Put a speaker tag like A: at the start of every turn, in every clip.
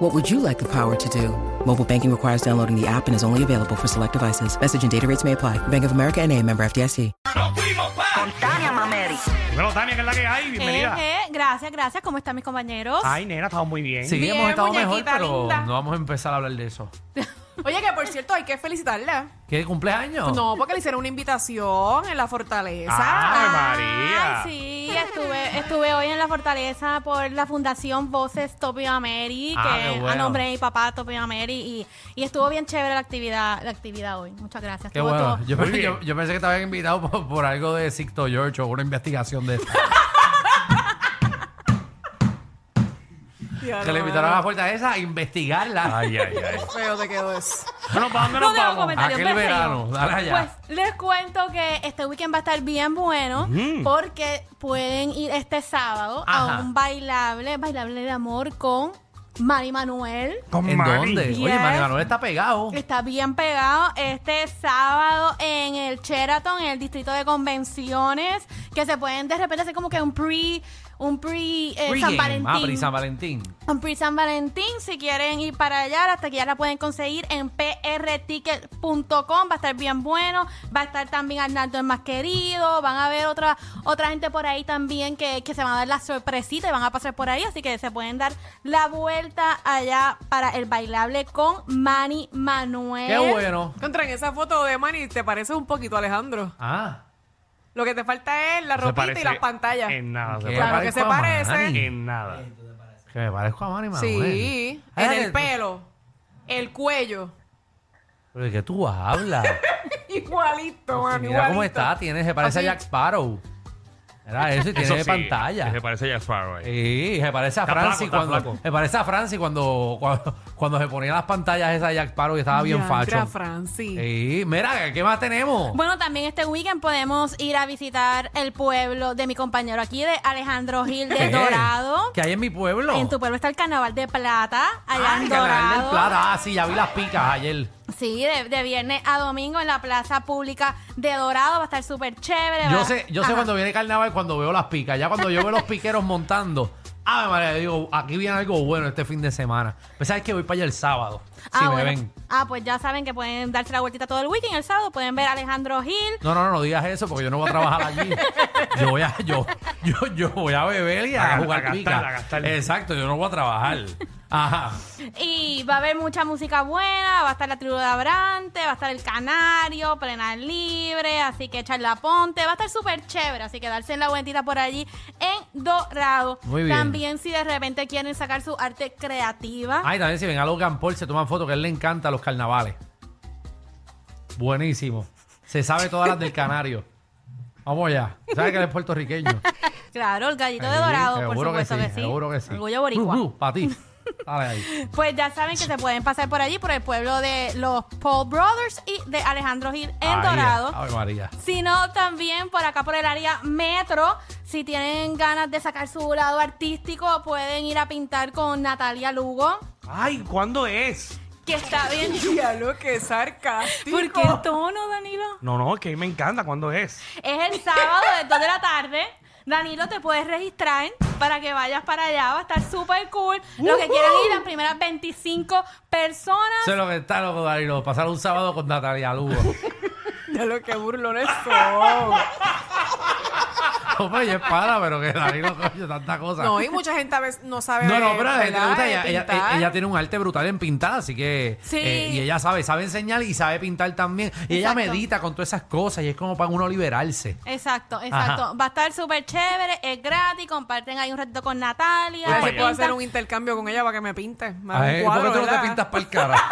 A: What would you like the power to do? Mobile banking requires downloading the app and is only available for select devices. Message and data rates may apply. Bank of America and a member FDIC.
B: ¡Nos fuimos pa!
C: Tania Mameri.
B: Bueno, Tania, que es la que hay,
D: Eh,
B: bienvenida.
E: Eje, gracias, gracias. ¿Cómo están mis compañeros?
B: Ay, nena, estamos muy bien.
F: Sí,
E: Bien,
F: hemos estado mejor,
E: muñequita
F: pero
E: linda.
F: no vamos a empezar a hablar de eso.
D: Oye, que por cierto, hay que felicitarla.
F: ¿Qué cumpleaños?
D: No, porque le hicieron una invitación en la fortaleza.
B: ¡Ave María!
E: Ay, sí, estuve, estuve hoy en la fortaleza por la fundación Voces Topio Ameri,
F: Ah,
E: que
F: qué bueno.
E: a nombre de mi papá Topio Ameri, y, y estuvo bien chévere la actividad, la actividad hoy. Muchas gracias.
F: Qué
E: Estuvo
F: bueno.
E: todo-
F: Yo,
B: Muy
F: yo-
B: bien.
F: yo pensé que te habían invitado por, por algo de Sixto George o una investigación de
D: Ya,
F: Ah, Que le
D: no,
F: invitaron a la
D: no,
F: puerta esa a investigarla.
B: Ay, ay, ay.
D: Feo te quedó eso.
B: Bueno, ¿para dónde
E: No
B: nos
E: tengo
B: vamos?
E: comentarios, me
F: Aquel verano,
E: río.
F: dale allá.
E: Pues les cuento que este weekend va a estar bien bueno porque pueden ir este sábado
F: Mm. Ajá.
E: a un bailable, bailable de amor con Mari Manuel.
D: Pues,
B: Con
F: ¿En
B: Mari.
F: dónde? Oye,
E: Yes.
F: Manuel Manuel está pegado.
D: Este,
E: Está bien pegado este sábado en el Sheraton, en el distrito de convenciones, que se pueden de repente hacer como que un pre, un pre, eh, San
F: Pregame.
E: Valentín.
F: Ah, pre San Valentín.
E: un pre San Valentín, si quieren ir para allá, la taquilla la pueden conseguir en prticket.com, va a estar bien bueno, va a estar también Arnaldo el más querido, van a ver otra otra gente por ahí también que, que se van a dar la sorpresita y van a pasar por ahí, así que se pueden dar la vuelta allá para el bailable con Manny Manuel.
F: Qué
D: ¿Eh?
F: bueno.
D: Contra, en esa foto de Manny te pareces un poquito a Alejandro.
F: Ah,
D: Lo que te falta es la
B: Se
D: ropita
B: parece
D: y las pantallas.
B: En nada, se
F: ¿qué?
B: parece
D: Claro que se
F: Parezco a
D: parece.
F: Manny.
B: en nada.
F: Que me parezco a Manny Manuel.
D: Sí,
F: Ay,
D: en el
F: que-
D: pelo, el cuello.
F: Pero de qué tú hablas.
D: Igualito,
F: Sí,
D: Manny,
F: Pues mira cómo
D: igualito.
F: está, tiene, se parece
D: Así.
F: a Jack Sparrow. Era eso y tiene
B: sí,
F: pantalla. Eh.
B: que Se parece a Jack Sparrow. ahí.
F: Sí, se parece a
B: Está flaco,
F: Francis
B: está
F: cuando
B: flaco.
F: se parece a Francis cuando, cuando, cuando se ponía las pantallas esa de Jack Sparrow y estaba bien
D: Diantre,
F: facho.
D: Francis.
F: Sí, mira, ¿qué más tenemos?
E: Bueno, también este weekend podemos ir a visitar el pueblo de mi compañero aquí, de Alejandro Gil de
F: ¿Qué?
E: Dorado.
F: ¿Qué hay en mi pueblo?
E: En tu pueblo está el Carnaval de Plata, allá
F: Ay,
E: en
F: Canal Ah, del
E: Dorado.
F: Plata. Ah, sí, ya vi las picas ayer.
E: Sí, de, de viernes a domingo en la plaza pública de Dorado. Va a estar súper chévere.
F: Yo
E: va-
F: sé, yo sé
E: Ajá.
F: cuando viene carnaval cuando veo las picas. Ya cuando yo veo los piqueros montando. Ah, María, digo, aquí viene algo bueno este fin de semana. Pues sabes que voy para allá el sábado. si me
E: bueno.
F: ven.
E: Ah, pues ya saben que pueden darse la vueltita todo el weekend. El sábado pueden ver a Alejandro Gil.
F: No, no, no, no digas eso porque yo no voy a trabajar allí. Yo voy a, yo, yo, yo voy a beber y
B: A
F: a,
B: ga-
F: jugar
B: a gastar,
F: pica.
B: a gastar.
F: Exacto, yo no voy a trabajar. Ajá.
E: Y va a haber mucha música buena. Va a estar la tribu de Abrante, va a estar el Canario, Plenar Libre. Así que Charla Ponte. Va a estar súper chévere. Así que darse la vueltita por allí en Dorado.
F: Muy bien.
E: También, si de repente quieren sacar su arte creativa.
F: Ay, también si ven a Logan Paul se toman fotos que a él le encanta los carnavales. Buenísimo. Se sabe todas las del Canario. Vamos allá. ¿Sabes que él es puertorriqueño?
E: Claro, el gallito de dorado, por
F: Seguro
E: supuesto que sí.
F: Seguro que sí.
E: Orgullo boricua.
F: para ti. Dale ahí.
E: Pues ya saben que se pueden pasar por allí, por el pueblo de los Paul Brothers y de Alejandro Gil en
F: Ahí,
E: Dorado.
F: Ave María.
E: Sino también por acá, por el área metro. Si tienen ganas de sacar su lado artístico, pueden ir a pintar con Natalia Lugo,
B: Ay, ¿cuándo es?
E: que está bien.
D: Diablo, qué sarcástico.
E: ¿Por qué tono, Danilo?
B: No, no, que a mí me encanta. ¿Cuándo es?
E: Es el sábado de 2 de la tarde. Danilo, te puedes registrar para que vayas para allá. Va a estar súper cool. Lo que quieran ir, las primeras 25 personas.
F: Eso es lo que está loco, Danilo. Pasar un sábado con Natalia Lugo.
D: Diablo, qué burlones son.
F: Hombre, ella es para, pero que Danilo coño tanta cosa.
D: No, y mucha gente a veces no sabe.
F: No, no, pero a la gente le
D: ¿verdad?
F: gusta, ella, ella-
D: pintar.
F: ella tiene un arte brutal en pintar, así que...
E: Sí.
F: eh, y ella sabe, sabe enseñar y sabe pintar también. Y ella
E: Exacto.
F: medita con todas esas cosas y es como para uno liberarse.
E: Exacto, exacto.
F: Ajá.
E: Va a estar súper chévere, es gratis, comparten ahí un ratito con Natalia.
D: pues, A ver
B: Voy para
D: si puedo
B: allá.
D: hacer un intercambio con ella para que me pinte. Me haga un
F: Ay,
D: cuadro,
F: Ah, ¿eh? ¿Por qué tú no
D: ¿verdad?
F: te pintas para el cara?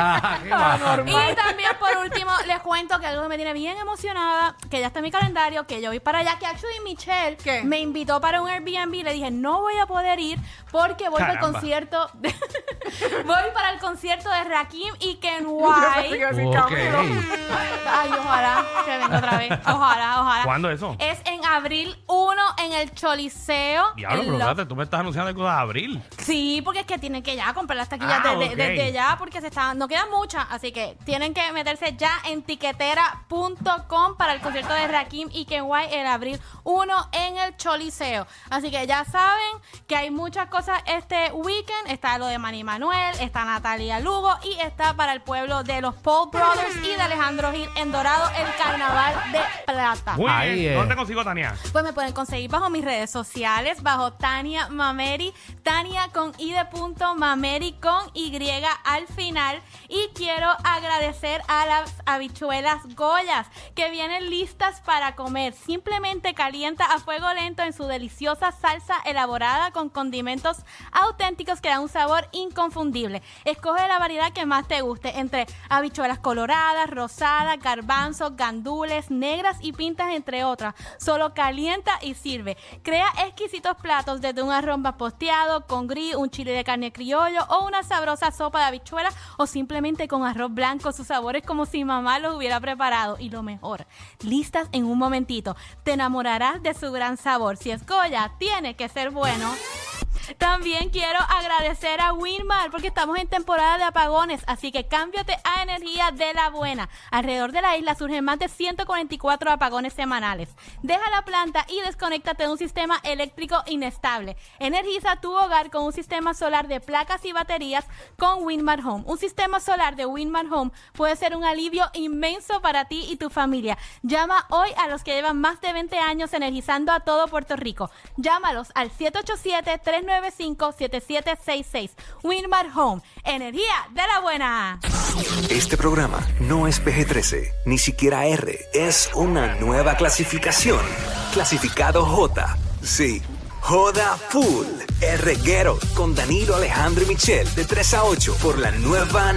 F: Ajá, qué va. Ah,
D: Ah,
E: Y también por último les cuento que algo que me tiene bien emocionada, que ya está en mi calendario, que yo voy para allá, que actually Michelle
D: ¿Qué?
E: me invitó para un Airbnb y le dije, no voy a poder ir porque voy para el
B: Caramba.
E: concierto de- voy para el concierto de Rakim y Ken
D: Yo pensé que
E: White.
D: iba a decir
F: Ok.
D: Camilo.
E: Ay, ojalá que venga otra vez. Ojalá, ojalá.
B: ¿Cuándo eso?
E: Es en abril 1 en el Choliseo.
B: Diablo,
E: en
B: pero
E: Lo-
B: espérate, tú me estás anunciando cosas de abril.
E: Sí, porque es que tienen que ya comprar las taquillas
B: Ah,
E: de- de-
B: ok.
E: desde ya, porque se están, no quedan muchas, así que tienen que meterse ya en tiquetera.com para el concierto de Rakim y Ken White el abril 1 en el Choliseo. Así que ya saben que hay muchas cosas este weekend. Está lo de Manny Manuel, está Natalia Lugo y está para el pueblo de los Paul Brothers y de Alejandro Gil en Dorado el Carnaval de Plata.
B: Muy
F: Ahí
B: bien.
F: es.
B: ¿Dónde consigo Tania?
E: Pues me pueden conseguir bajo mis redes sociales, bajo Tania Mameri, Tania con I de punto, Mameri con Y al final. Y quiero agradecer a las habichuelas Goyas, que vienen listas para comer. Simplemente calienta a fuego lento en su deliciosa salsa elaborada con condimentos auténticos que dan un sabor inconfundible. Escoge la variedad que más te guste, entre habichuelas coloradas, rosadas, garbanzos, gandules, negras y pintas, entre otras. Solo calienta y sirve. Crea exquisitos platos desde un arroz más posteado, con gris, un chile de carne criollo o una sabrosa sopa de habichuelas o simplemente con arroz blanco. Sus sabores como si mamá los hubiera preparado. Y lo mejor, listas en un momentito. Te enamorarás de su gran sabor. Si es Goya, tiene que ser bueno. También quiero agradecer a Winmar porque estamos en temporada de apagones, así que cámbiate a energía de la buena. Alrededor de la isla surgen más de 144 apagones semanales. Deja la planta y desconéctate de un sistema eléctrico inestable. Energiza tu hogar con un sistema solar de placas y baterías con Winmar Home. Un sistema solar de Winmar Home puede ser un alivio inmenso para ti y tu familia. Llama hoy a los que llevan más de 20 años energizando a todo Puerto Rico. Llámalos al 787-395-7766. Winmar Home, energía de la buena.
C: Este programa no es PG-13, ni siquiera R. Es una nueva clasificación. Clasificado J. Sí. Joda Full. R. Guerrero con Danilo Alejandro y Michel de 3 a 8 por la nueva